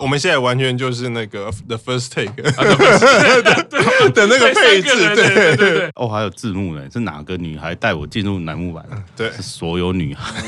我们现在完全就是那个 The First Take 啊 的那个配置，对对对对对，哦，还有字幕呢，是哪个女孩带我进入男木板？对是所有女孩。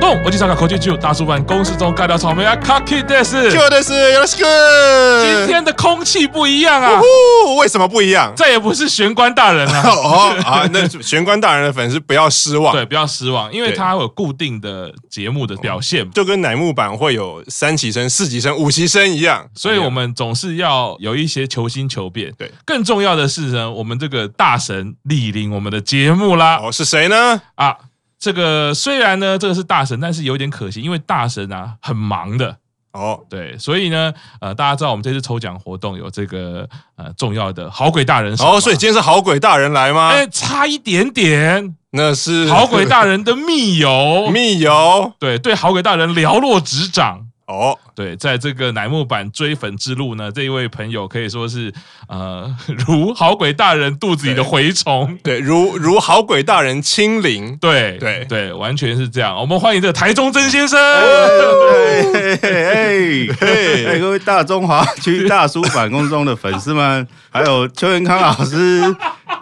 动，我去参考口诀就大叔版公式中尬掉草莓啊，Kaki this。就的是 y o s h 今天的空气不一样啊，哦，为什么不一样？再也不是玄关大人了。 哦啊，那玄关大人的粉丝不要失望，对，不要失望，因为对他有固定的节目的表现，就跟乃木坂会有三期生、四期生、五期生一样，所以我们总是要有一些求新求变。对，更重要的是呢，我们这个大神莅临我们的节目啦。哦是谁呢？啊，这个虽然呢，这个是大神，但是有点可惜，因为大神啊很忙的，哦，对，所以呢，呃，大家知道我们这次抽奖活动有这个呃重要的好鬼大人赏嘛哦，所以今天是好鬼大人来吗？哎差一点点，那是好鬼大人的密友， 密友对对，好鬼大人了若指掌。哦，对，在这个乃木坂追粉之路呢，这一位朋友可以说是呃， 如好鬼大人肚子里的蛔虫，对，如如好鬼大人亲临，对对对，完全是这样。我们欢迎这个台中真先生。 嘿嘿嘿哎嘿各位大中华区大叔版公中的粉丝们，还有邱元康老师，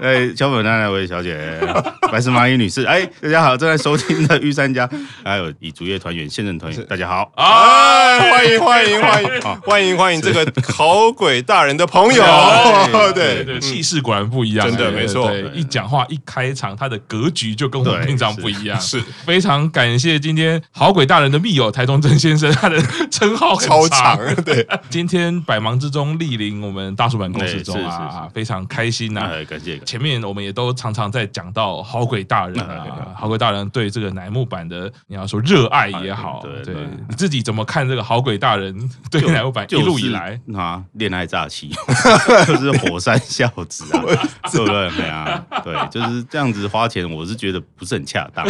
哎，小本奈奈维小姐，白石蚂蚁女士，哎，大家好，正在收听的御三家，还有以竹叶团员现任团员，大家好。哎，欢迎欢迎欢迎欢迎欢迎这个好鬼大人的朋友哎 对，嗯对 对对，气势果然不一样，真的对没错对一讲话一开场，他的格局就跟我们对平常不一样。是非常感谢今天好鬼大人的密友台中郑先生，他的称号很超长， 对，今天百忙之中莅临我们大叔版公司中对哎是啊，非常开心呐、哎，感谢感谢。前面我们也都常常在讲到好鬼大人哎啊，好鬼大人对这个乃木坂的你要说热爱也好，哎对对对你自己怎么看这个好鬼大人对乃木坂一路以来？就是啊，恋爱诈欺 就是火山孝子啊，对不对？对啊，对，就是这样子花钱，我是觉得不是很恰当。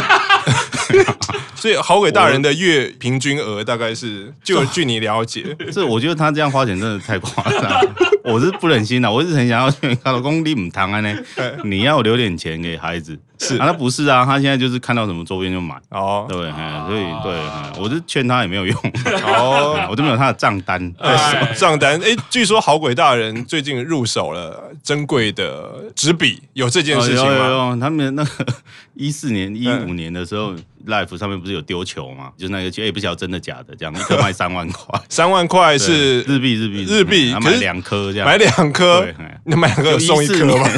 所以好鬼大人的月平均额大概是，就据你了解，这我觉得他这样花钱真的太夸张了，我是不忍心的，啊我一直很想要劝他老公你唔谈啊呢，你要留点钱给 孩子，是啊，他不是啊，他现在就是看到什么周边就买。哦对，哎所以对，哎我是劝他也没有用，哦。我都没有他的账单。哎账单哎，据说好鬼大人最近入手了珍贵的纸笔，有这件事情哦有有吗？有，他们那个 一四年、一嗯五年的时候、l i f e 上面不是有丢球嘛？就那个球，哎、不晓得真的假的，这样一颗卖三万块， 三万块对是日币，日币，日币他可买是两颗这样，买两颗对哎， 你买两颗有送一颗吗？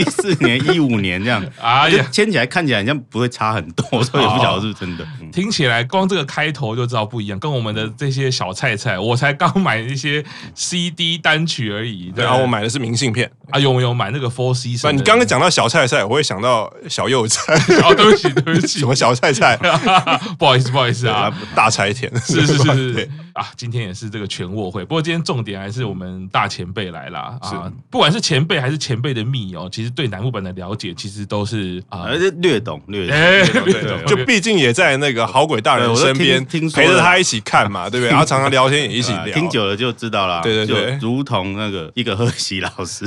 一四年、 一五 年这样，哎就呀，牵起来看起来好像不会差很多，所以也不晓得是不是真的。嗯听起来光这个开头就知道不一样，跟我们的这些小菜菜，我才刚买一些 CD 单曲而已。对，然后我买的是明信片。啊，有有买那个 Four Seasons 不的。然你 刚刚讲到小菜菜，我会想到小幼菜，哦，对不起，对不起什，么小菜 菜、 不好意思，不好意思啊。大柴田，是 是是是对是啊，今天也是这个全卧会，不过今天重点还是我们大前辈来啦啊，不管是前辈还是前辈的密友，其实对南木本的了解其实都是啊，而且略懂略懂，哎略略懂懂。就毕竟也在那个好鬼大人对我都身边，听听说陪着了他一起看 嘛，对不对？然后常常聊天也一起啊聊，听久了就知道啦。对对对就如同那个一个贺喜老师，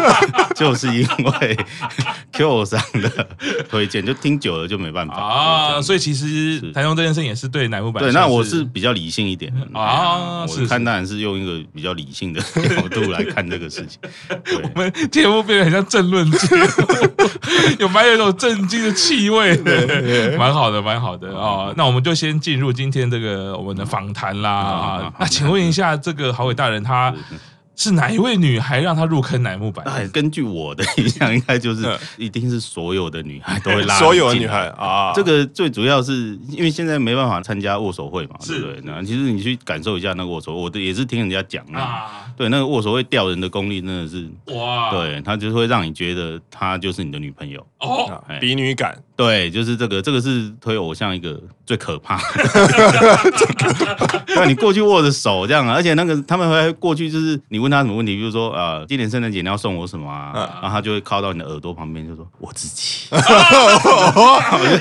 就是因为 Q 上的推荐，就听久了就没办法啊，所以以其实是台中这件事也是对南木本对，那我是比较理性一点的啊我是是看当然是用一个比较理性的角度来看这个 事情。对 我，们节目变得很像政论节目，有蛮有一种震惊的气味的，蛮好的，蛮好的嗯哦。那我们就先进入今天这个我们的访谈啦。好啊好那请问一下，这个好伟大人他是哪一位女孩让他入坑乃木坂？哎，根据我的印象，应该就是嗯一定是所有的女孩都会 拉所有的进女来孩啊，这个最主要是因为现在没办法参加握手会嘛，是对不对？那其实你去感受一下那个握手，我的也是听人家讲啊，啊，对，那个握手会吊人的功力真的是，哇，啊对，他就会让你觉得她就是你的女朋友，哦， 啊比女感，对，就是这个，这个是推偶像一个最可怕的。 那你过去握着手这样啊，而且那个他们会过去，就是你问他什么问题，比如说呃，今年圣诞节你要送我什么啊？嗯然后他就会靠到你的耳朵旁边，就说我自己，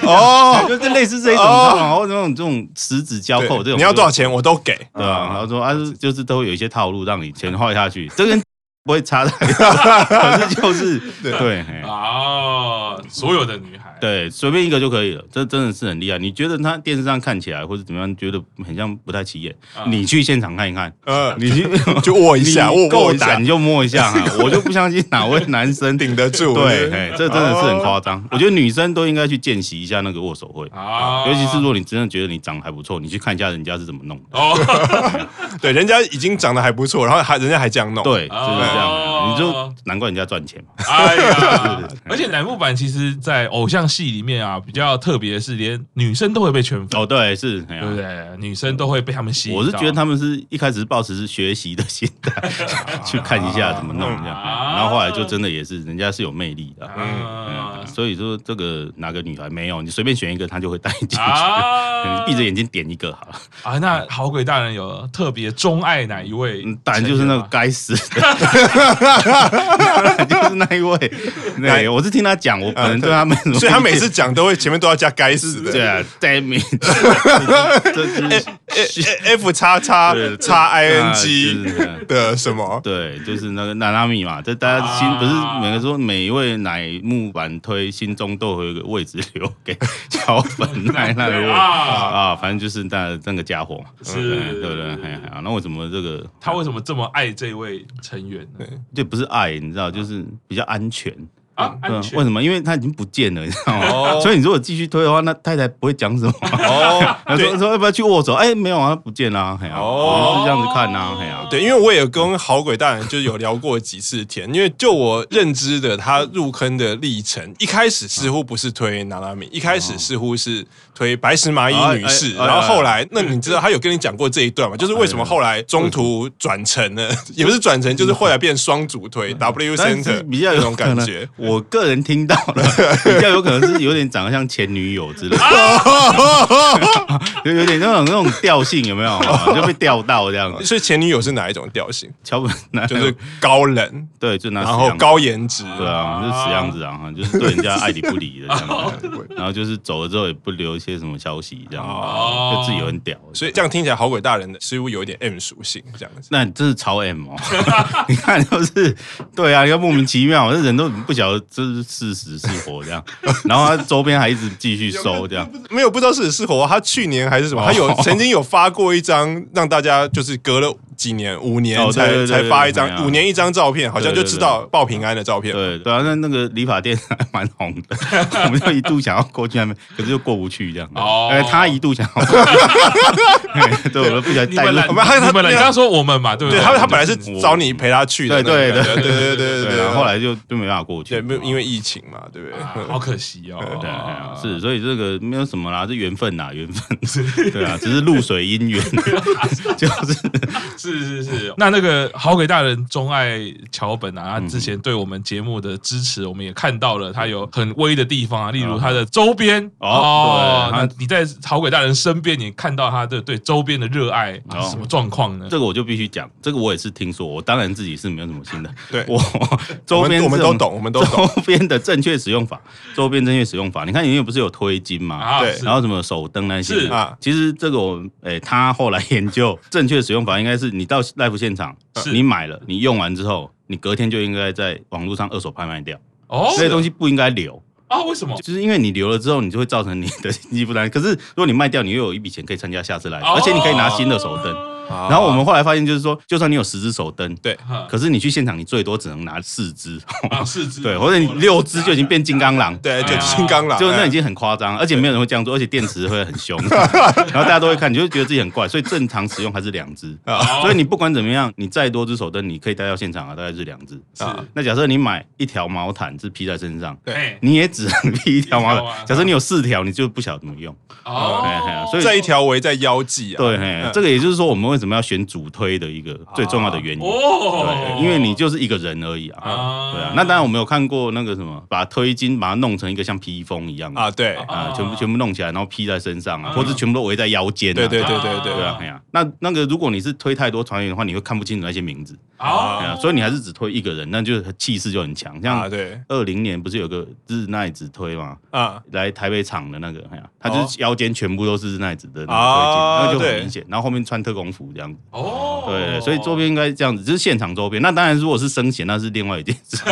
哦， 就是类似这一种，哦然后那种这种十指交扣这种，你要多少钱我都给。对啊，然后说啊，就是就是都会有一些套路让你钱花下去，这跟 不会差太多，可是就是对嘿哦，所有的女孩，嗯对，随便一个就可以了，这真的是很厉害。你觉得他电视上看起来或者怎么样，觉得很像不太起眼，啊你去现场看一看，呃，你去就握一下，你握握够一下胆，就摸一下哈，我就不相信哪位男生顶得住。对，嘿这真的是很夸张。我觉得女生都应该去见习一下那个握手会。啊尤其是如果你真的觉得你长得还不错，你去看一下人家是怎么弄的。哦， 对，人家已经长得还不错，然后还人家还这样弄。对，就是这哦样。你就难怪人家赚钱嘛。 哎呀，而且乃木坂其实，在偶像戏里面啊，比较特别的是，连女生都会被圈粉，哦，对，是，哎呀对不对？女生都会被他们吸引到。我是觉得他们是一开始抱持是学习的心 态去看一下怎么弄这样，啊然后后来就真的也是人家是有魅力的。啊嗯所以说这个哪个女孩没有，你随便选一个，她就会带进去。啊你 闭着眼睛点一个好了， 啊，那好鬼大人有特别钟爱哪一位成嗯员吗？当然就是那个该死的， 就是那一位。对，我是听他讲，我本人对他没什么意见，所以他每次讲都会前面都要加该死的。 对啊，damn it，这是欸 F 叉叉对对叉啊就是这 ing 样的什么？对，就是那个娜娜米嘛，这大家心、啊不是每个说每一位乃木坂推心中都会有一个位置留给桥本奈奈的位置对啊啊，反正就是那那个家伙嘛，对是对不对？哎呀，那为什么这个他为什么这么爱这位成员呢？就不是爱，你知道，就是比较安全。啊，安嗯为全什么？因为他已经不见了，你知道吗？哦所以你如果继续推的话，那太太不会讲什么。哦，她对说说要不要去握手？哎，没有啊，不见啦、啊。哎呀、哦我就是这样子看啊，哎呀、对，因为我也跟好鬼大人就是有聊过几次天，因为就我认知的，他入坑的历程，一开始似乎不是推娜娜米，一开始似乎是推白石麻衣女士，嗯哎哎哎哎然后后来，那你知道他有跟你讲过这一段吗？就是为什么后来中途转成了，也不是转成，就是后来变双主推 W 哎但是 Center 比较那有种可能感觉。 我个人听到了，比较有可能是有点长得像前女友之类的，啊就有点那种那种调性，有 没有？就被调到这样。所以前女友是哪一种调性？桥本奈就奈是高冷，对，就哎那然死后样子高颜值，对啊，就是死样子啊，就是对人家爱理不理的这样子。 然后就是走了之后也不留一些什么消息，这样哦子就自己很屌。所以这样听起来，好鬼大人的似乎有一点 M 属性这样子。那你真是超 M 哦！ 你看，就是对啊，要莫名其妙，这人都不晓得这是事实是 活这样，然后他周边还一直继续收这样，没有不知道是是否他去年还是什么，哦他有曾经有发过一张让大家就是隔了几年五年哦对才对对才对发一对对张对五年一张照片，好像就对对知道报平安的照片。对对啊，那那个理发店还蛮红 的，我们就一度想要过去那边，可是就过不去这样。哦哎，他一度想 要过去，对，我们不小心你带们入 来，。我们还你们来，他你刚刚说我们嘛，对不对对他他本来是就是找你陪他去的那对种对感对觉，对对对对对对，对，然后后来就就没办法过去对，，没有因为疫情嘛，对不对？啊好可惜哦对啊，对啊是，所以这个没有什么啦，是缘分呐，缘分， 对啊，只是露水姻缘， 就是是是是。 那那个好鬼大人钟爱桥本啊，他之嗯前对我们节目的支持，我们也看到了他有很威的地方啊，例如他的周边嗯哦对那他你在好鬼大人身边，你看到他的对周边的热爱啊哦是什么状况呢？这个我就必须讲，这个我也是听说，我当然自己是没有什么心的，对 我我周们边我们这种都懂，我们都懂。周边的正确使用法，周边正确使用法，你看里面不是有推金嘛？啊，对是然后什么手灯那些是啊其实这个我诶、他后来 研究正确使用法应该是你到 live 现场是，你买了，你用完之后，你隔天就应该在网络上二手拍卖掉，哦这些东西不应该留，啊，为什么？就是因为你留了之后，你就会造成你的 经济负担。可是如果你卖掉，你又有一笔钱可以参加下次哦 live，、而且你可以拿新的手灯。灯。然然后我们后来发现，就是说，就算你有十只手灯，对可是你去现场，你最多只能拿四只，啊，四只对，或者你六只就已经变金刚狼，对，就哎呀金刚狼，就那已哎经很夸张，而且没有人会这样做，而且电池会很凶，然后大家都会看，你就会觉得自己很怪，所以正常使用还是两只。啊哦 所以你不管怎么样，你再多只手灯，你可以带到现场啊，大概是两只。是啊那假设你买一条毛毯是披在身上，对哎你也只能披一条毛一条啊毯。假设你有四条，你就不晓得怎么用。哦哎哎，所以这一条围在腰际啊，对，嗯嘿，这个也就是说，我们为什么要选主推的一个最重要的原因。哦对，因为你就是一个人而已啊。啊对啊，那当然我们有看过那个什么，把推筋把它弄成一个像披风一样的啊，啊，对啊全部全部弄起来，然后披在身上啊，啊或者全部都围在腰间啊。对对对对对对啊，哎呀，那那个如果你是推太多团员的话，你会看不清楚那些名字，哎呀啊，所以你还是只推一个人，那就是气势就很强。啊，像对二零年不是有个日奈子推嘛，啊，来台北场的那个，哎呀，他就是腰间全部都是日奈子的那哦个推进，那就很对明显。然后后面穿特工服这样子。哦，对，所以周边应该是这样子，就是现场周边。那当然，如果是生鲜，那是另外一件事 情。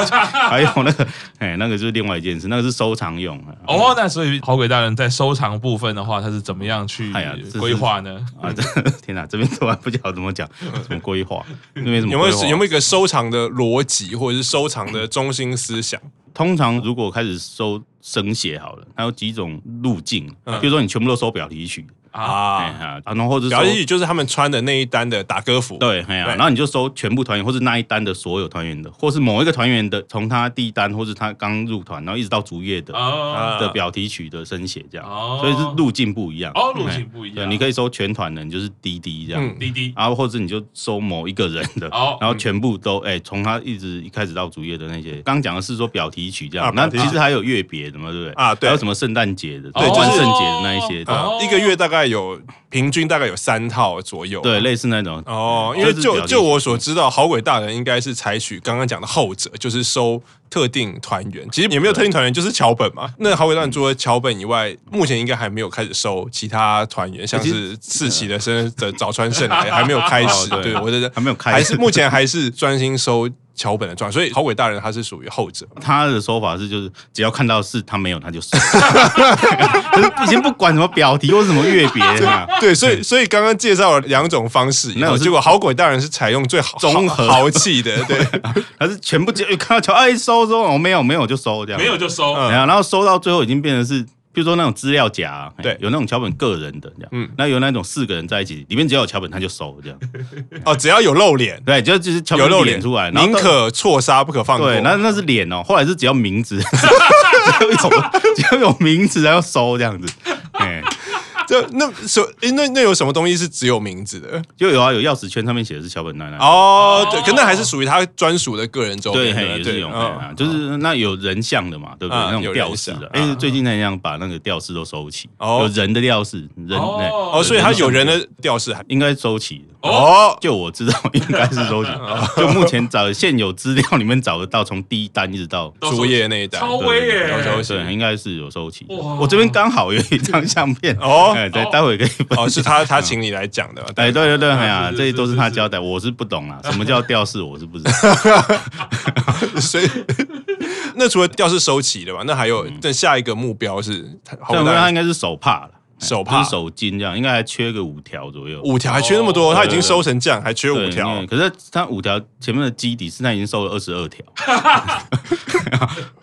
还有那个，哎，那个就是另外一件事，那个是收藏用。哦，那所以好鬼大人在收藏部分的话，他是怎么样去哎呀这是规划呢？啊，这天哪，这边突然不晓得怎么讲，怎么规划，这边怎么有没规有划有没有一个收藏的逻辑，或者是收藏的中心思想？通常如果开始收生写好了，它有几种路径，嗯比如说你全部都收表题曲，啊，哎啊，呀，啊然后或者表收演曲就是他们穿的那一单的打歌服，对，哎呀，对然后你就收全部团员，或是那一单的所有团员的，或是某一个团员的，从他第一单，或是他刚入团，然后一直到逐业的，哦啊的表题曲的声写这样，哦所以是路径不一样。哦，路径不一哎对，样，你可以收全团的，你就是滴滴这样，嗯滴滴然后或者你就收某一个人的，哦然后全部都哎，从、他一直一开始到主页的那些，刚讲的是说表题曲这啊样，那、表题其曲实还有月别的嘛，对不对？啊对还有什么圣诞节的，哦对，就是万圣节的那一些，对啊哦，一个月大概有平均大概有三套左右，对，类似那种。哦，对因为嗯这是表就弟就我所知道，好鬼大人应该是采取刚刚讲的后者，就是收特定团员。其实也没有特定团员，就是桥本嘛。那好鬼嗯大人除了桥本以外，目前应该还没有开始收其他团员，像其是四喜的生的早川胜还还没有开始。呃 哦对对，我觉得还没有开始还是目前还是专心收桥本的状态，所以好鬼大人他是属于后者。 他的说法是，就是只要看到是他没有，他就收， 就是已经不管什么表题或是什么月别 啊，对，所以所以刚刚介绍了两种方式以那后，我是结果好鬼大人是采用最好综合豪气的， 对，他是全部就看到乔哎收收，哦没有没有就收这样，没有就收，嗯哎然后然后收到最后已经变成是，比如说那种资料夹啊，对哎有那种桥本个人的这样，嗯嗯，那有那种四个人在一起，里面只要有桥本他就收 这样，哦，只要有露脸。对，就就是桥有本露脸脸出来，然后宁到可错杀不可放过。对，那那是脸哦，后来是只要 名字，只要有只要有名字然后收这 样子，哎，这那所诶那那有什么东西是只有名字的？就有啊，有钥匙圈上面写的是桥本奈奈。哦哦，对，可那还是属于他专属的个人周对，边，嘿对也不是对，有，嘿啊嗯，就是那有人像的嘛，对不对？啊那种有吊人饰的，像哎，最近那样把那个吊饰都收齐，哦有人的吊饰，人，哦哎哦，所以他有人的调式还应该收齐了。哦就我知道，应该是收集。哦就目前找现有资料里面找得到，从第一单一直到都收竹叶那一带，超威耶都收集对，应该是有收集的。哇我这边刚好有一张相片哦哎，对哦，待会可以分享哦，是他哦他请你来讲的，哎，对对对，哎呀，是是这些都是他是是交代，我是不 懂啊，什么叫吊饰，我是不知道。所以那除了调式收齐了嘛，那还有那下一个目标是他好嗯但我觉得他大应该是手帕了，哎手帕就是手巾这样，应该还缺个五条左右。五条还缺那么多，哦他已经收成这样，还缺对五因条为，可是他五条前面的基底是他已经收了二十二 条，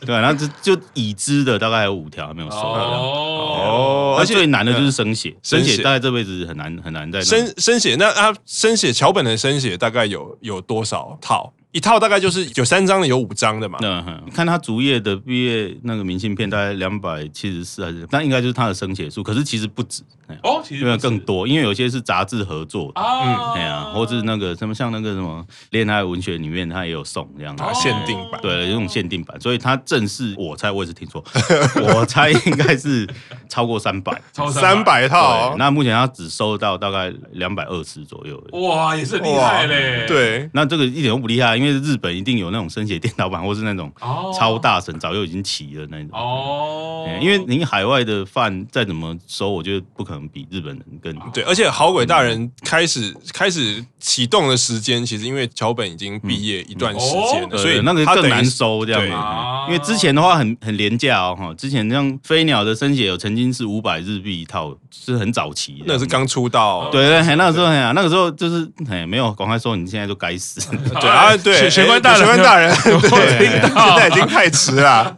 对，然后就就已知的大概还有五条还没有收。哦，哦，而而且且最难的就是生写，生生写写大概这辈子很难很难再弄生生写，那他生写桥本的生写大概有有多少套？一套大概就是有三张的，有五张的嘛。那哼你看他竹叶的毕业那个明信片，大概两百七十四还是，那应该就是他的生写数。可是其实不止，哎呀哦，其因实为更多，因为有些是杂志合作的，啊，哎呀，或是那个什么像那个什么恋爱文学里面，他也有送这样子哦啊。限定版对，有种限定版，所以他正式我猜我也是听说， 我猜应该是超过三百。超三百套对，，那目前他只收到大概两百二十左右而已。哇，也是很厉害嘞，，对，那这个一点都不厉害，因为日本一定有那种生写电脑版，或是那种哦超大神早就已经齐了那种。哦哎，因为你海外的饭再怎么收，我觉得不可能比日本人更。对，而且好鬼大嗯人开始开始启动的时间，其实因为桥本已经毕业一段时嗯哦间了，对所以那个他等更于难。收这样对嘛啊，因为之前的话很很廉价哦哈，之前像飞鸟的生写有曾经是五百日币一套，是很早期的，那是刚出道，对对，嘿那个时候哎呀，那个时候就是哎没有赶快收，你现在就该死， 对啊，对，玄哎玄关大人玄关 大人，听对，到现在已经太迟了。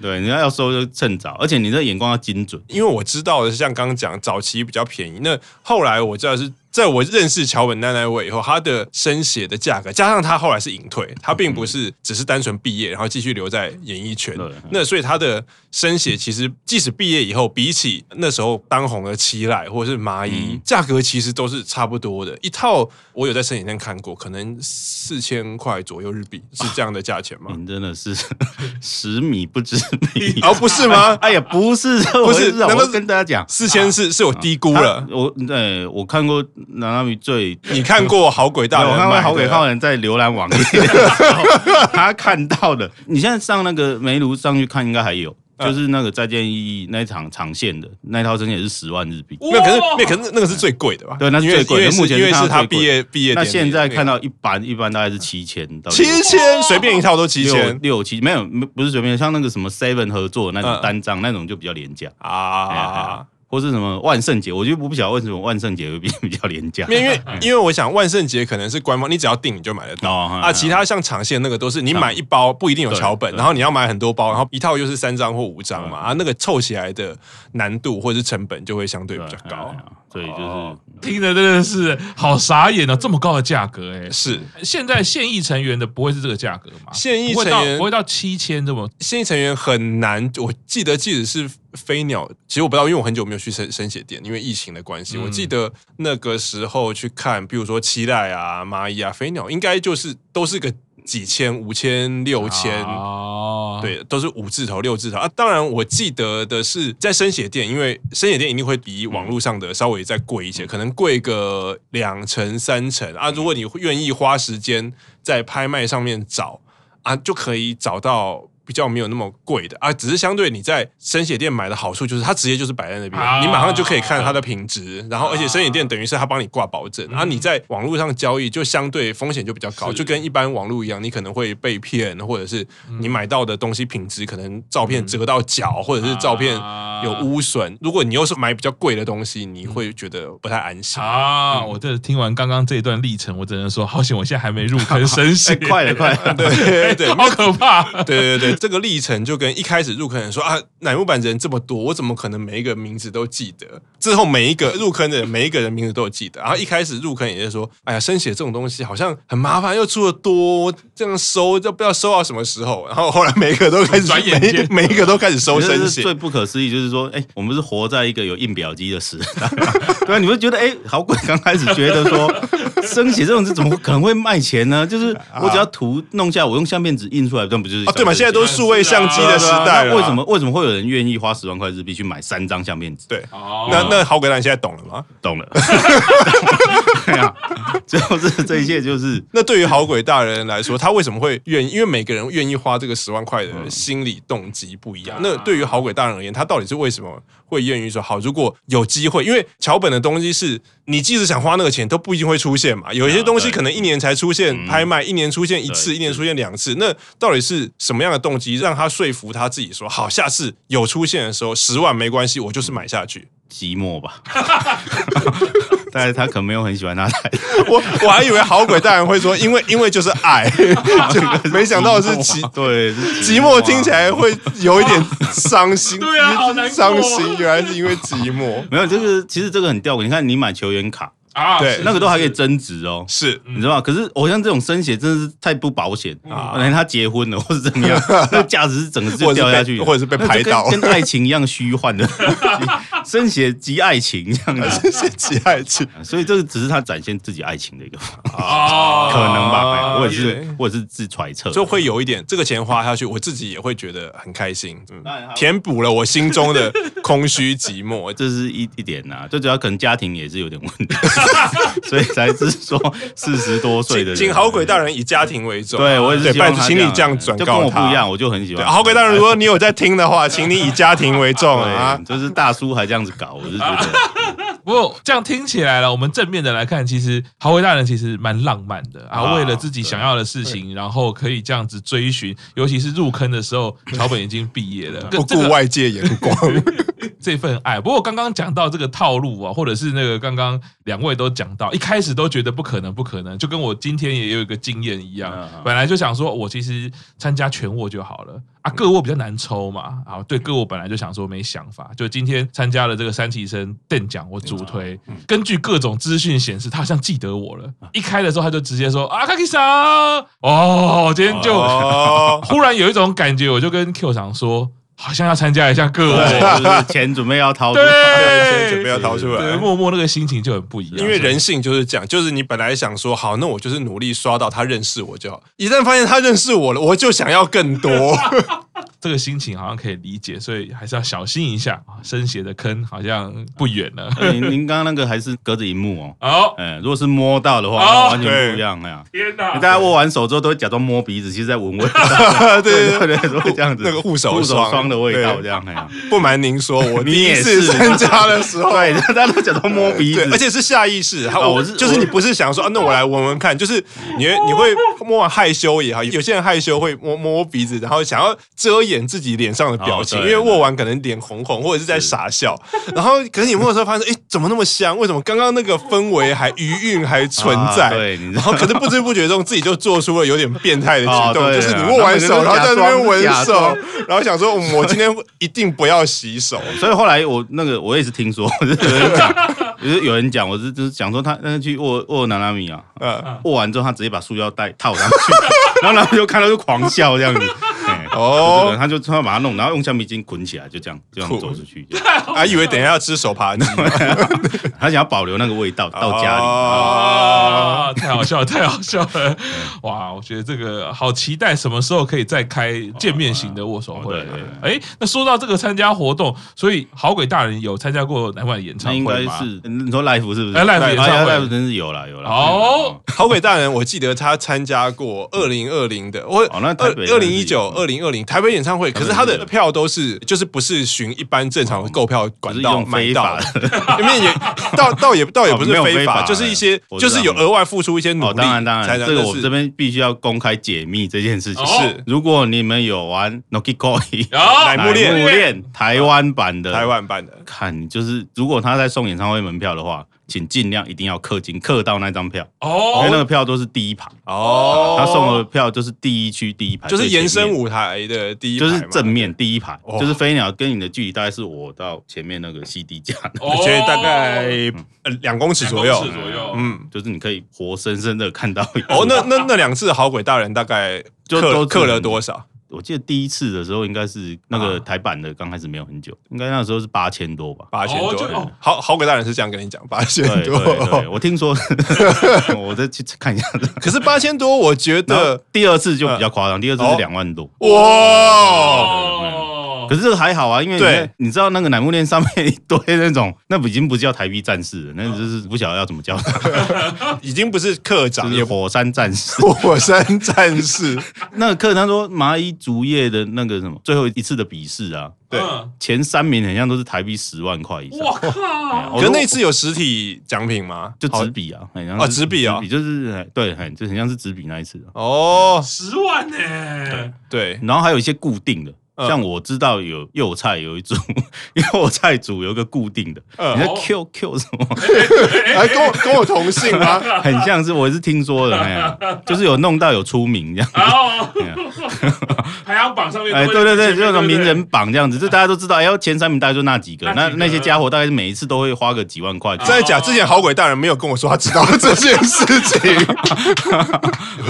对，你要收就趁早，而且你这眼光要精准。因为我知道的是，像刚刚讲早期比较便宜，那后来我知道是在我认识桥本奈奈未以后，她的升写的价格，加上她后来是隐退，她并不是只是单纯毕业，然后继续留在演艺圈对。那所以她的升写其实即使毕业以后，比起那时候当红的七濑或者是麻衣，价格其实都是差不多的。一套我有在生写店看过，可能四千块左右日币是这样的价钱吗？您真的是 十米 不知米哦，不是吗？哎呀，不是这 不回是事啊，难我道要跟大家讲，四千是是我低估他了。我对我看过南阿米最 你看过《好鬼大人》我吗？看过好给对啊浩人在浏览网 页的时候，他看到的。你现在上那个梅卢上去看，应该还有，嗯就是那个再见意义那一场长线的那一套，真的也是十万日币。没有，可是哇没有，可是那个是最贵的吧？对那是因为最贵的因为是目前因为看是到他最贵毕业毕业典那礼，现在看到到一般一般大概是七千到七千，随便一套都七六千六七，没有没不是随便，像那个什么 Seven 合作的那嗯种单张、那种就比较廉价。哎啊。或是什么万圣节，我就不晓得为什么万圣节会比 比较廉价因。为因为 因为我想万圣节可能是官方，你只要订你就买得到嗯哦啊。其他像长线那个都是你买一包不一定有桥本，对然后你要买很多包，然后一套又是三张或五张嘛啊，那个凑起来的难度或者是成本就会相对比较高。，哎所以就是、哦听的真的是好傻眼哦，这么高的价格哎、是现在现役成员的不会是这个价格吗？现役不会成员到不会到七千这么新一成员很难，我记得即使是飞鸟，其实我不知道，因为我很久没有去生生写店，因为疫情的关系。嗯我记得那个时候去看，比如说期待啊、蚂蚁啊、飞鸟，应该就是都是个几千、五千、六千。哦，对，都是五字头、六字头啊！当然，我记得的是在生写店，因为生写店一定会比网络上的稍微再贵一些，可能贵个两成、三成啊。如果你愿意花时间在拍卖上面找啊，就可以找到。比较没有那么贵的啊，只是相对你在生写店买的好处就是它直接就是摆在那边，啊你马上就可以看它的品质，然后而且生写店等于是它帮你挂保证，啊，你在网络上交易就相对风险就比较高，嗯是就跟一般网络一样，你可能会被骗，或者是嗯你买到的东西品质可能照片折到角，或者是照片啊有污损。如果你又是买比较贵的东西，你会觉得不太安心。啊！ 我这听完刚刚这一段历程，我只能说，好险，我现在还没入坑深 哎陷，快了快了，对对对好可怕！对对对，这个历程就跟一开始入坑的人说啊，乃木坂人这么多，我怎么可能每一个名字都记得？之后每一个入坑的人，每一个人名字都有记得。然后一开始入坑也是说，哎呀，生写这种东西好像很麻烦，又出的多，这样收就不知道收到什么时候。然后后来每一个都开始转眼间每，每一个都开始收我觉得生这写是。最不可思议，就是说，哎、我们是活在一个有印表机的时代 嘛，对啊，你会觉得，哎、好鬼刚开始觉得说，生写这种是怎么可能会卖钱呢？就是我只要图弄下，我用相片纸印出来，那不就是啊啊，对嘛，现在都是数位相机是啊的时代了。那为什？么为什么会有人愿意花十万块日币去买三张相片纸？对，哦那那好鬼蛋现在懂了吗？懂了，对啊，就是这一切就是那对于好鬼大人来说，他为什么会愿意？因为每个人愿意花这个十万块嗯的心理动机不一样。啊那对于好鬼大人而言，他到底是为什么会愿意说好？如果有机会，因为桥本的东西是你即使想花那个钱，都不一定会出现嘛。有一些东西对啊嗯可能一年才出现拍卖，一年出现一次，对一年出现两次。那到底是什么样的动机让他说服他自己说好？下次有出现的时候，十万没关系，我就是买下去。 寂寞吧。但是他可能没有很喜欢他太太，我我还以为好鬼大人会说，因为因为就是 爱，就没想到是其啊对，是啊寂寞听起来会有一点伤心，对啊好难过伤心，原来是因为寂寞，没有，就是其实这个很吊诡。你看，你买球员卡，啊，对嗯是那个都还可以是增值哦，是 你知道吗？可是偶像这种生写真的是太不保险啊！连他结婚了或是怎 么样，那价值是整个就掉下去了，或者是被那就拍到跟跟爱情一样虚幻的 生写即爱情这 样子。这是极爱情所以这个只是他展现自己爱情的一个方法，哦，可能啊吧？我也对是，我也是自揣测，就会有一点这个钱花下去，我自己也会觉得很开心，嗯当然还，有填补了我心中的空虚寂 寞。这是一一点呐、最主要可能家庭也是有点问 题，所以才是说四十多岁的请请人好鬼大人以家庭为重，啊对我也是对，希望拜他托，请你这样转就跟告我不他一样，。我就很喜对，欢好鬼大人，如果你有在听的话，请你以家庭为重对啊。就是大叔还这样子搞，我是 觉得不过这样听起来了，我们正面的来看，其实豪威大人其实蛮浪漫的啊，啊为了自己想要的事情，然后可以这样子追寻，尤其是入坑的时候，桥本已经毕业了，不这个 顾外界眼光，这份爱。不过刚刚讲到这个套路啊，或者是那个刚刚两位都讲到，一开始都觉得不可能，不可能，就跟我今天也有一个经验一样嗯嗯，啊本来就想说我其实参加全握就好了啊，各握比较难抽嘛，啊，对各握本来就想说没想法，就今天参加了这个三期生邓奖，我主推，根据各种资讯显示，他好像记得我了，一开的时候他就直接说啊，卡基桑，哦，今天就。哦，忽然有一种感觉，我就跟 Q 厂说，好像要参加一下各 位，对，就是钱准备要掏出 对对，准备要掏出对，来。默默那个心情就很不一样，因为人性就是这样，就是你本来想说好，那我就是努力刷到他认识我就好，一旦发现他认识我了，我就想要更 多。这个心情好像可以理解，所以还是要小心一下啊，深斜的坑好像不远了。哎您您刚刚那个还是隔着荧幕哦，好，哎，如果是摸到的话，哦那完全不一样哎呀。天哪大！家握完手之后都会假装摸鼻子，其实在闻味道， 对 对对，都会这样子，那个护手护手霜霜的味道对这样哎呀。不瞒您说，我你第一也次是参加的时候， 对，大家都假装摸鼻对子，，而且是下意识。他哦我我是哦就是你不是想说，啊、那我来闻闻看，就是你会你会摸完害羞也好，有些人害羞会摸摸鼻子，然后想要遮掩自己脸上的表情，哦因对为握完可能脸红红或者是在傻 笑。然后可是你摸的时候发现，哎、怎么那么香？为什么刚刚那个氛围还余韵还存在？啊对你知然道后可是不知不觉中自己就做出了有点变态的举哦动，对就啊是你握完手，然那后个在是假装那边闻假手装，然后想说，嗯我今天一定不要洗手。 所以后来我那个我也是听说， 就是有人讲， 就是有人讲，我是就是讲说他那去握握南拉米啊， 嗯，握完之后他直接把塑料袋套上去， 然后他们就看到就狂笑这样子。哎哦这个他就他把它弄，然后用橡皮筋捆起来，就这样这酷样走出去。这样还以为等一下要吃手扒鸡。他想要保留那个味道 到家里。哦啊，太好笑了，太好笑了！哇，我觉得这个好期待，什么时候可以再开见面型的握手会哦对对？哎，那说到这个参加活动，所以好鬼大人有参加过哪晚演唱那应该会吗？是你说 life 是不是？哎，live 演唱会 l i f e 真是有啦有啦。哦好鬼大人，我记得他参加过二零二零的，我哦那台北二零一九、二零二零台北演唱会，可是他台北的演唱会票都是就是不是循一般正常的购票管道不哦是买用到非的，因为 也倒倒也倒也不是哦没有非非法，法就是一些我知就道是有额外付出一些努哦，力，当然当才然，能这个就我是这边必须要公开解密这件事情。哦是如果你们有玩 Noki Koi 啊乃木恋木恋台湾版的，台湾办的，看就是如果他在送演唱会门票的话，请尽量一定要氪金，氪到那张票，哎因为那哦，个票都是第一排，哦他送的票就是第一区第一排，就是最前面延伸。舞台的第一排就嘛，是正面第一排哦，就是飞鸟跟你的距离大概是我到前面那个 CD 架，我觉得大概哦呃两公尺左右两公，尺左哦右嗯。就是你可以活生生的看到一个哦，那那那两次好鬼大人大概就克都克了多少？我记得第一次的时候应该是那啊个台版的，刚开始没有很久，应该那时候是八千多吧。八千哦多就哦。好好鬼大人是这样跟你讲，八千对对对，多。我听说， 我再去看一下。可是八千多，我觉然后得第二次就比较夸张，第二次哦是两万多。哇，哦可是这个还好啊，因为对你你知道那个奶木链上面一堆那种， 那已经不叫台币战士了，那哦就是不晓得要怎 么叫它，已经不是课就长，是也不火山战 士。火山战士。那个课他说麻衣竹叶的那个什么最后一次的笔试啊，对嗯前三名好像都是台币十万块以上。我哎呀靠！我可说那次有实体奖品吗？就好纸笔啊，很像哦是纸笔啊就是哎对，很就很像是纸笔那一次啊。哦，十万呢？对，然后还有一些固定的，嗯像我知道有右菜有一组， 右菜组有一个固定的，嗯你在 Q Q 什么？ 哎，跟我跟我同姓吗？ 很像是我是听说的，哎呀，就是有弄到有出名这样。 哦哎呀，排行榜上面哎，都会对对对，前面就那种对名不对人榜这样子，这大家都知道。哎呦，前三名大概就那几个，那那几个啊那些家伙大概是每一次都会花个几万块。 哎真的假？之前好鬼大人没有跟我说他知道这件事 情，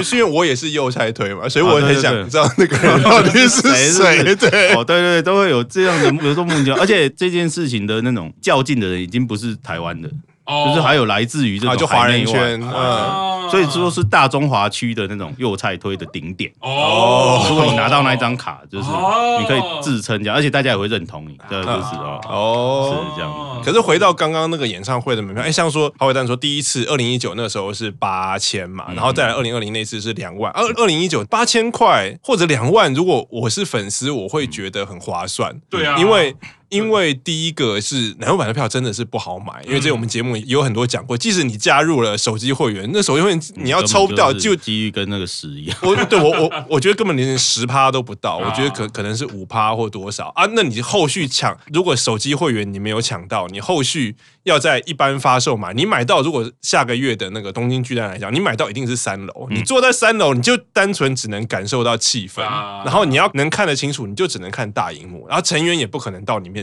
是因为我也是右菜推嘛，所以我很想知道那个人到底是谁。对，哦，对对对，都会有这样的，有这种目标。而且这件事情的那种较劲的人，已经不是台湾的，哦就是还有来自于这啊，种就华海内人外圈，嗯，啊所以说是大中华区的那种右菜推的顶点。哦，如果你拿到那一张卡，就是哦啊你可以自称这样，而且大家也会认同你，这就是哦。哦，是这样可是回到刚刚那个演唱会的门票，哎，像说郝伟蛋说第一次二零一九那时候是八千嘛，然后再来二零二零那次是两万，二二零一九八千块或者两万，如果我是粉丝，我会觉得很划算，对啊因为。因为第一个是奶油版的票真的是不好买，因为这个我们节目也有很多讲过，即使你加入了手机会员，那手机会员嗯你要抽不到，就就机遇跟那个屎一样。我对我我我觉得根本连十趴都不到，我觉得可啊可能是五趴或多少啊。那你后续抢，如果手机会员你没有抢到，你后续要在一般发售买，你买到如果下个月的那个东京巨蛋来讲，你买到一定是三楼，嗯你坐在三楼你就单纯只能感受到气氛，啊然后你要能看得清楚，你就只能看大荧幕，然后成员也不可能到你面前来。嗯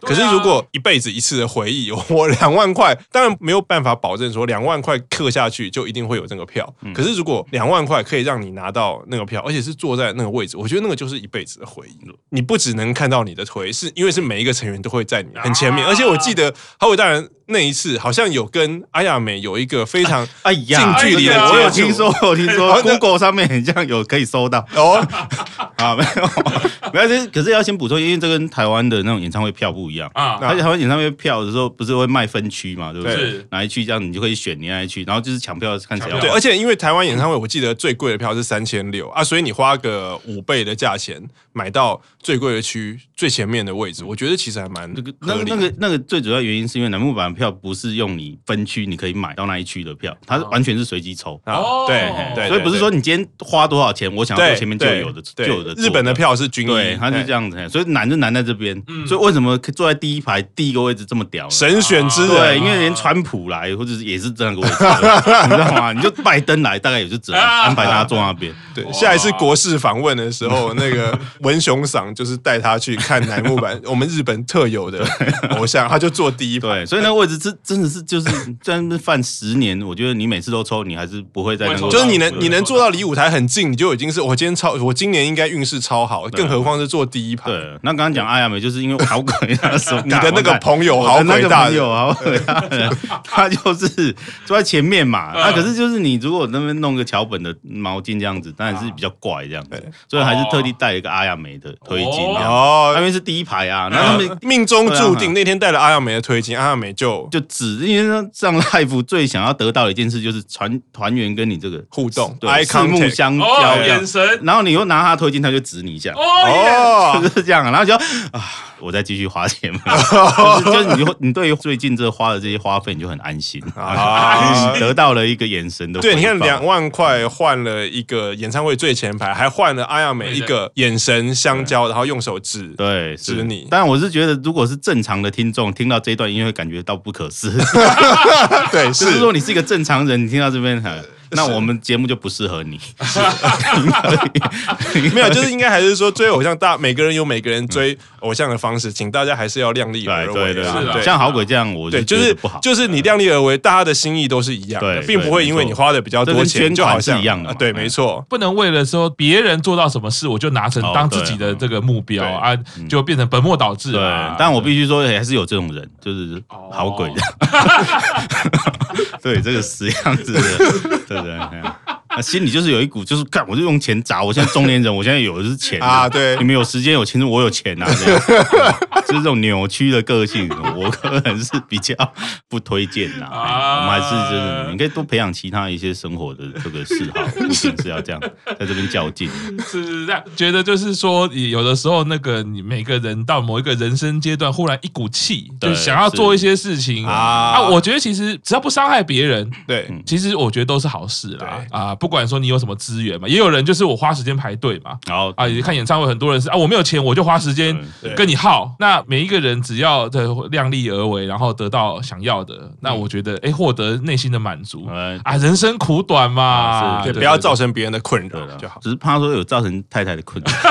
可是如果一辈子一次的回忆， 我两万块，当然没有办法保证说两万块刻下去就一定会有这个票。可是如果两万块可以让你拿到那个票，而且是坐在那个位置，我觉得那个就是一辈子的回忆。你不只能看到你的腿，是因为是每一个成员都会在你很前面，啊而且我记得好伟大人那一次好像有跟阿雅美有一个非常 哎呀，近距离的这个我有接触听说，我有听好说那，Google 上面很像有可以搜到哦，啊，没 有，没有。这可是要先补充，因为这跟台湾的那种演唱会票不一样。啊那而且台湾演唱会票的时候，不是会卖分区嘛，对不对是？哪一区这样你就可以选你那一区，然后就是抢票看谁要抢对，票而且因为台湾演唱会，我记得最贵的票是三千六啊，所以你花个五倍的价钱买到最贵的区最前面的位置，我觉得其实还蛮那个合那个理那个那个最主要原因是因为楠木板票不是用你分区你可以买到那一区的票，它是哦完全是随机抽，啊哦对嘿对，所以不是说你今天花多少钱，我想要对坐前面就有的就对有的坐。日本的票是均对，一，它是对这样子，所以难就难在这边嗯。所以为什么坐在第一排第一个位置这么屌呢？神选之对，人因为连川普来或者是也是这样一个 位置，你知道吗？你就拜登来，大概也就只能啊安排他坐那边。对，哇下一次国事访问的时候，那个文雄赏就是带他去看楠木 板，我们日本特有的偶像，他就坐第一排。对，所以那个位置真真的是就是 在那边犯十年，我觉得你每次都抽，你还是不会在那个不会抽位就是置你对能你能坐到离舞台很近，你就已经是我今天超我今年应该运势超好，更何况是坐第一排。啊对，那刚刚讲阿雅美，就是因为我 好鬼那时候，你的那个朋友我好的哦那伟个大朋，友好鬼大的， 他就是坐在前面嘛。嗯那可是就是你如果那边弄个桥本的毛巾这样子，当然是比较怪这样子对，所以还是特地带了一个阿雅美的推哦巾这样。那嗯哦，边是第一排啊，那他们命中注对啊定那天带了阿亚美的推荐，阿亚美就就只因为 上 live 最想要得到的一件事就是团团员跟你这个互动对 eye 四目 contact 相交哦，这样眼，神然后你又拿他推巾，他就指你一下。哦眼哦 就，是这样，然后就啊，我再继续花 钱嘛，就是就是你就你对于最近这花的这些花费，你就很 安心啊啊，得到了一个眼神的回对，报你看两万块换了一个演唱会最前排，还换了阿亚美一个眼神相交，然后用手指。对指你但我是觉得，如果是正常的听众听到这一段音乐，会感觉到不可思议， 对，就是说你是一个正常人，你听到这边，呃那我们节目就不适 合你， 没有，就是应该还是说追偶像 大，每个人有每个人追偶像的方式，请大家还是要量力对而为嗯对啦是啊对对，像好鬼这样，我对，就觉是得不好，嗯就是你量力而为，大家的心意都是一样的，对并不会因为你花的比较对多这跟钱，捐就款好像啊是一样的嘛对，嗯没错，不能为了说别人做到什么事，我就拿成哦当自己的这个目标对啊，就变成本末倒置嗯对了。，但我必须说，哎还是有这种人，就是啊哦好鬼的。 对，这个死样子的，对对对。啊心里就是有一股，就是干，我就用钱砸。我现在中年人，我现在有的是钱啊啊，对你们有时间有钱，我有钱啊，这样 就是这种扭曲的个性，我个人是比较不推荐呐。啊哎我们还是就是，你可以多培养其他一些生活的这个嗜好，不一定是要这样在这边较劲。是是是这样，觉得就是说，有的时候那个你每个人到某一个人生阶段，忽然一股气，就对想要做一些事情啊啊。我觉得其实只要不伤害别人，对，嗯其实我觉得都是好事啦。啊，不管说你有什么资源嘛，也有人就是我花时间排队嘛。然后啊，也看演唱会，很多人是啊，我没有钱，我就花时间嗯对跟你耗。那每一个人只要的量力而为，然后得到想要的，那嗯我觉得哎，获得内心的满足嗯啊，人生苦短嘛，啊对，是不要造。造成别人的困对啊扰了就好，。只是怕说有造成太太的困扰。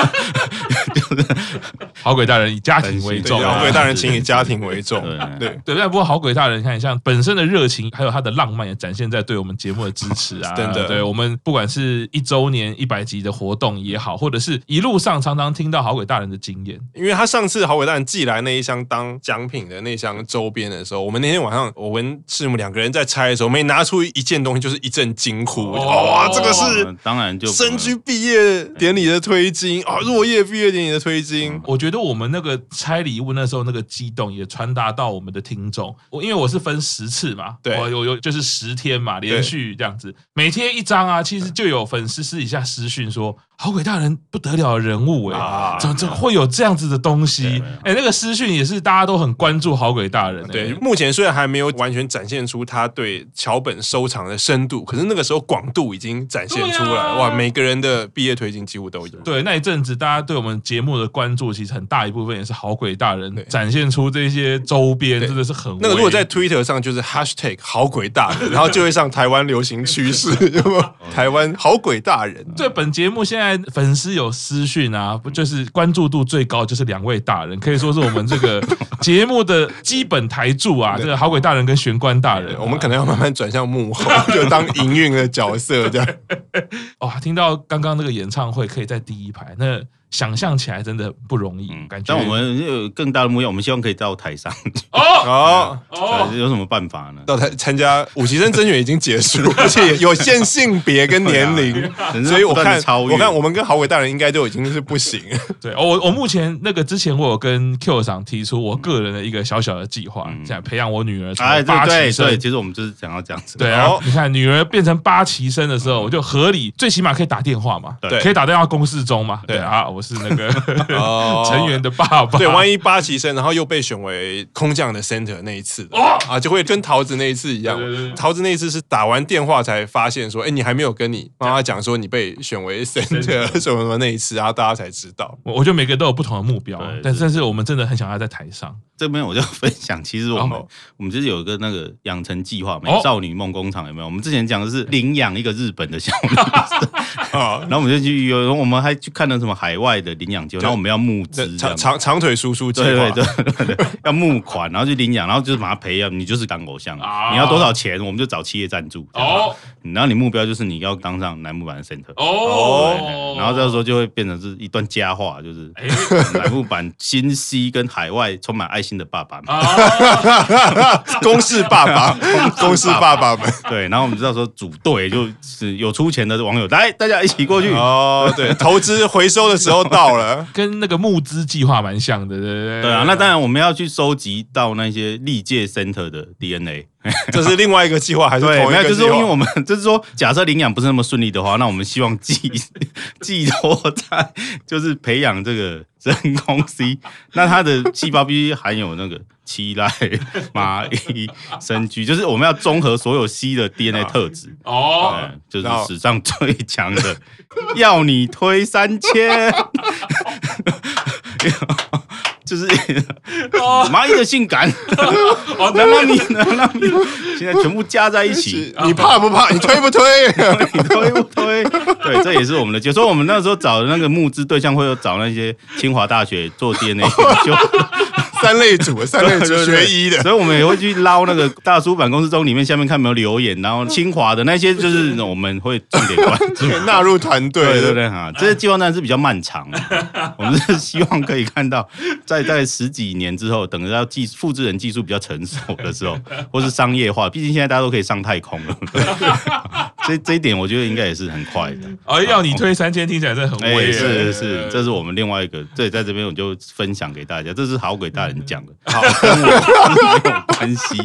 好鬼大人以家庭为对重对，啊，要为大人请以家庭为重， 对对。对，但不过好鬼大人，你看像本身的热情，还有他的浪漫，也展现在对我们节目的支持啊。 真的对我们不管是一周年、一百集的活动也好，或者是一路上常常听到好鬼大人的经验，因为他上次好伟大人寄来那一箱当奖品的那一箱周边的时候，我们那天晚上我跟赤木两个人在拆的时候，每拿出一件东西就是一阵惊呼，哦哇、这个是嗯当然就嗯深居毕业典礼的推金啊，若叶毕业典礼的推金，我觉得我们那个拆礼物那时候那个激动，也传达到我们的听众。我因为我是分十次嘛，对我有有就是十天嘛，连续这样子，每天一张啊，其实就有粉丝私底下私讯说。好鬼大人不得了的人物嗯哎、啊怎么怎么会有这样子的东西对没有？哎、那个私讯也是大家都很关注好鬼大人、哎对，目前虽然还没有完全展现出他对桥本收藏的深度，可是那个时候广度已经展现出来对了。啊哇，每个人的毕业推荐几乎都有。对，那一阵子大家对我们节目的关注，其实很大一部分也是好鬼大人对展现出这些周边，对真的是很那个如果威在 Twitter 上就是 Hashtag 好鬼大 人，然后就会上台湾流行趋势，有没哦有台湾好鬼大人。对本节目现在粉丝有私讯啊，嗯不就是关注度最高就是两位大人，可以说是我们这 个节目的基本台柱啊，这个好鬼大人跟玄关大人啊、对我们可能要慢慢转向幕哦后，就当营运的角色 这样。哇，听到刚刚那个演唱会可以在第一排，那想象起来真的不容易，嗯感觉。但我们有更大的目标，我们希望可以到台上。哦哦，哦，对有什么办法呢？到他参加五期生甄选已经结束，而且有限性别跟年 龄，人生所以我啊不断地看超越，我看我们跟好伟大人应该都已经是不行。对，哦我我目前那个之前我有跟 Q 厂提出我个人的一个小小的计划，想培养我女儿成嗯哎，为八对旗对对，哦生。其实我们就是想要这样子。对啊好，你看女儿变成八旗生的时候，我就合理，最起码可以打电话嘛，嗯对可以打电话公示中嘛，对对啊，我是那个哦 成员的爸爸，对，万一一八旗生，然后又被选为空降的 center 那一次的啊，就会跟桃子那一次一样哦对对对。桃子那一次是打完电话才发现说，哎，你还没有跟你妈妈讲说你被选为 center 什么什么那一次，然后大家才知 道。我我觉得每个人都有不同的目标对，但是但是我们真的很想要在台上，这边我就分享，其实我们、哦我们就是有一个那个养成计划，美哦少女梦工厂有没有？我们之前讲的是领养一个日本的小女生，啊，然后我们就去有，我们还去看了什么海外的领养机构，然后我们要募资这这样长。长长腿叔叔计划，对对对对对，要募款，然后去领养，然后就是把它培养，你就是当偶像，啊你要多少钱，我们就找企业赞助。哦哦，然后你目标就是你要当上楠木板的 center，哦然后这时候就会变成是一段佳话，就是 哎楠木板新西跟海外充满爱心的爸爸 们。啊，。公式爸 爸，公式爸爸们。对，然后我们知道说组队就是有出钱的网友，来大家一起过去。哦，对，投资回收的时候到了 跟那个募资计划蛮像的，对不对？对啊，那当然我们要去收集到那些历届 center 的 DNA。这是另外一个计划，还是对，同一没个有，计就划？是因为我们就是说，假设领养不是那么顺利的话，那我 们希望寄寄托在就是培养这个真空 C，那 它的细胞必须含有那个七濑蚂蚁生居，就是我们要综合所有 C 的 DNA 特质。哦，对，就是啊然后史上最强的， 要你推三千， 就是哦蚂蚁的 性感，哦，能让你能让你现在全部加在一起，你怕不怕？你推不推？ 你推不推？ 对，这也是我们的解。所以我们那时候找的那个募资对象，会有找那些清华大学做 DNA 研 究。三类组，三类组对对学对医的。所以我们也会去捞那个大叔版公司中里面下面看有没有留言，然后清华的那些就是我们会重点关注。纳入团队， 对对对哈，这些计划当然是比较漫长的，我们是希望可以看到，在在十几年之后，等到技复制人技术比较成熟的时候，或是商业化，毕竟现在大家都可以上太空了， 这这一点我觉得应该也是很快的。哎，要你推三千，听起来真的很哎、威耶，啊是嗯是，这是我们另外一个，对，在这边我就分享给大家，这是好鬼大人讲的，好 跟我没有关系。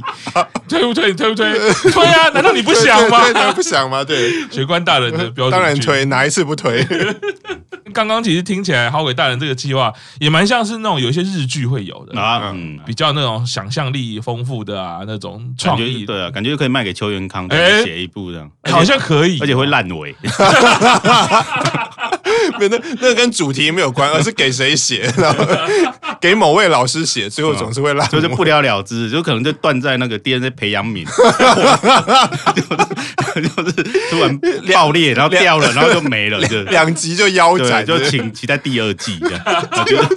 推不推？推不推？推 啊！难道你不对想吗？对对对不想吗？对，玄关大人的标准，当然。推，哪一次不推？ 刚刚其实听起来，好鬼大人这个计划也蛮像是那种有一些日剧会有的，啊，嗯，比较那种想象力丰富的啊，那种感创觉意，对啊，感觉可以卖给邱元康，哎写一部这样，好像可以，而且会烂尾。 没那那跟主题没有关，而是给谁写， 然后给某位老师写，最后总是会烂尾。就是不了了之，就可能就断在那个 DNA 培养皿， 就是就是突然爆裂，然后掉了，然后就没了，就两集就腰对，斩，就对请期待第二季这样。我觉得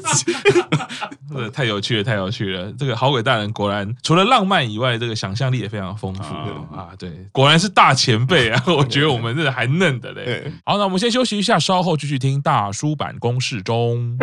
这个太有趣了，太有趣了！这个好鬼大人果然除了浪漫以外，这个想象力也非常丰富啊！对，果然是大前辈 啊！我觉得我们这还嫩的嘞对。好，那我们先休息一下，稍后继续听大叔版公式中。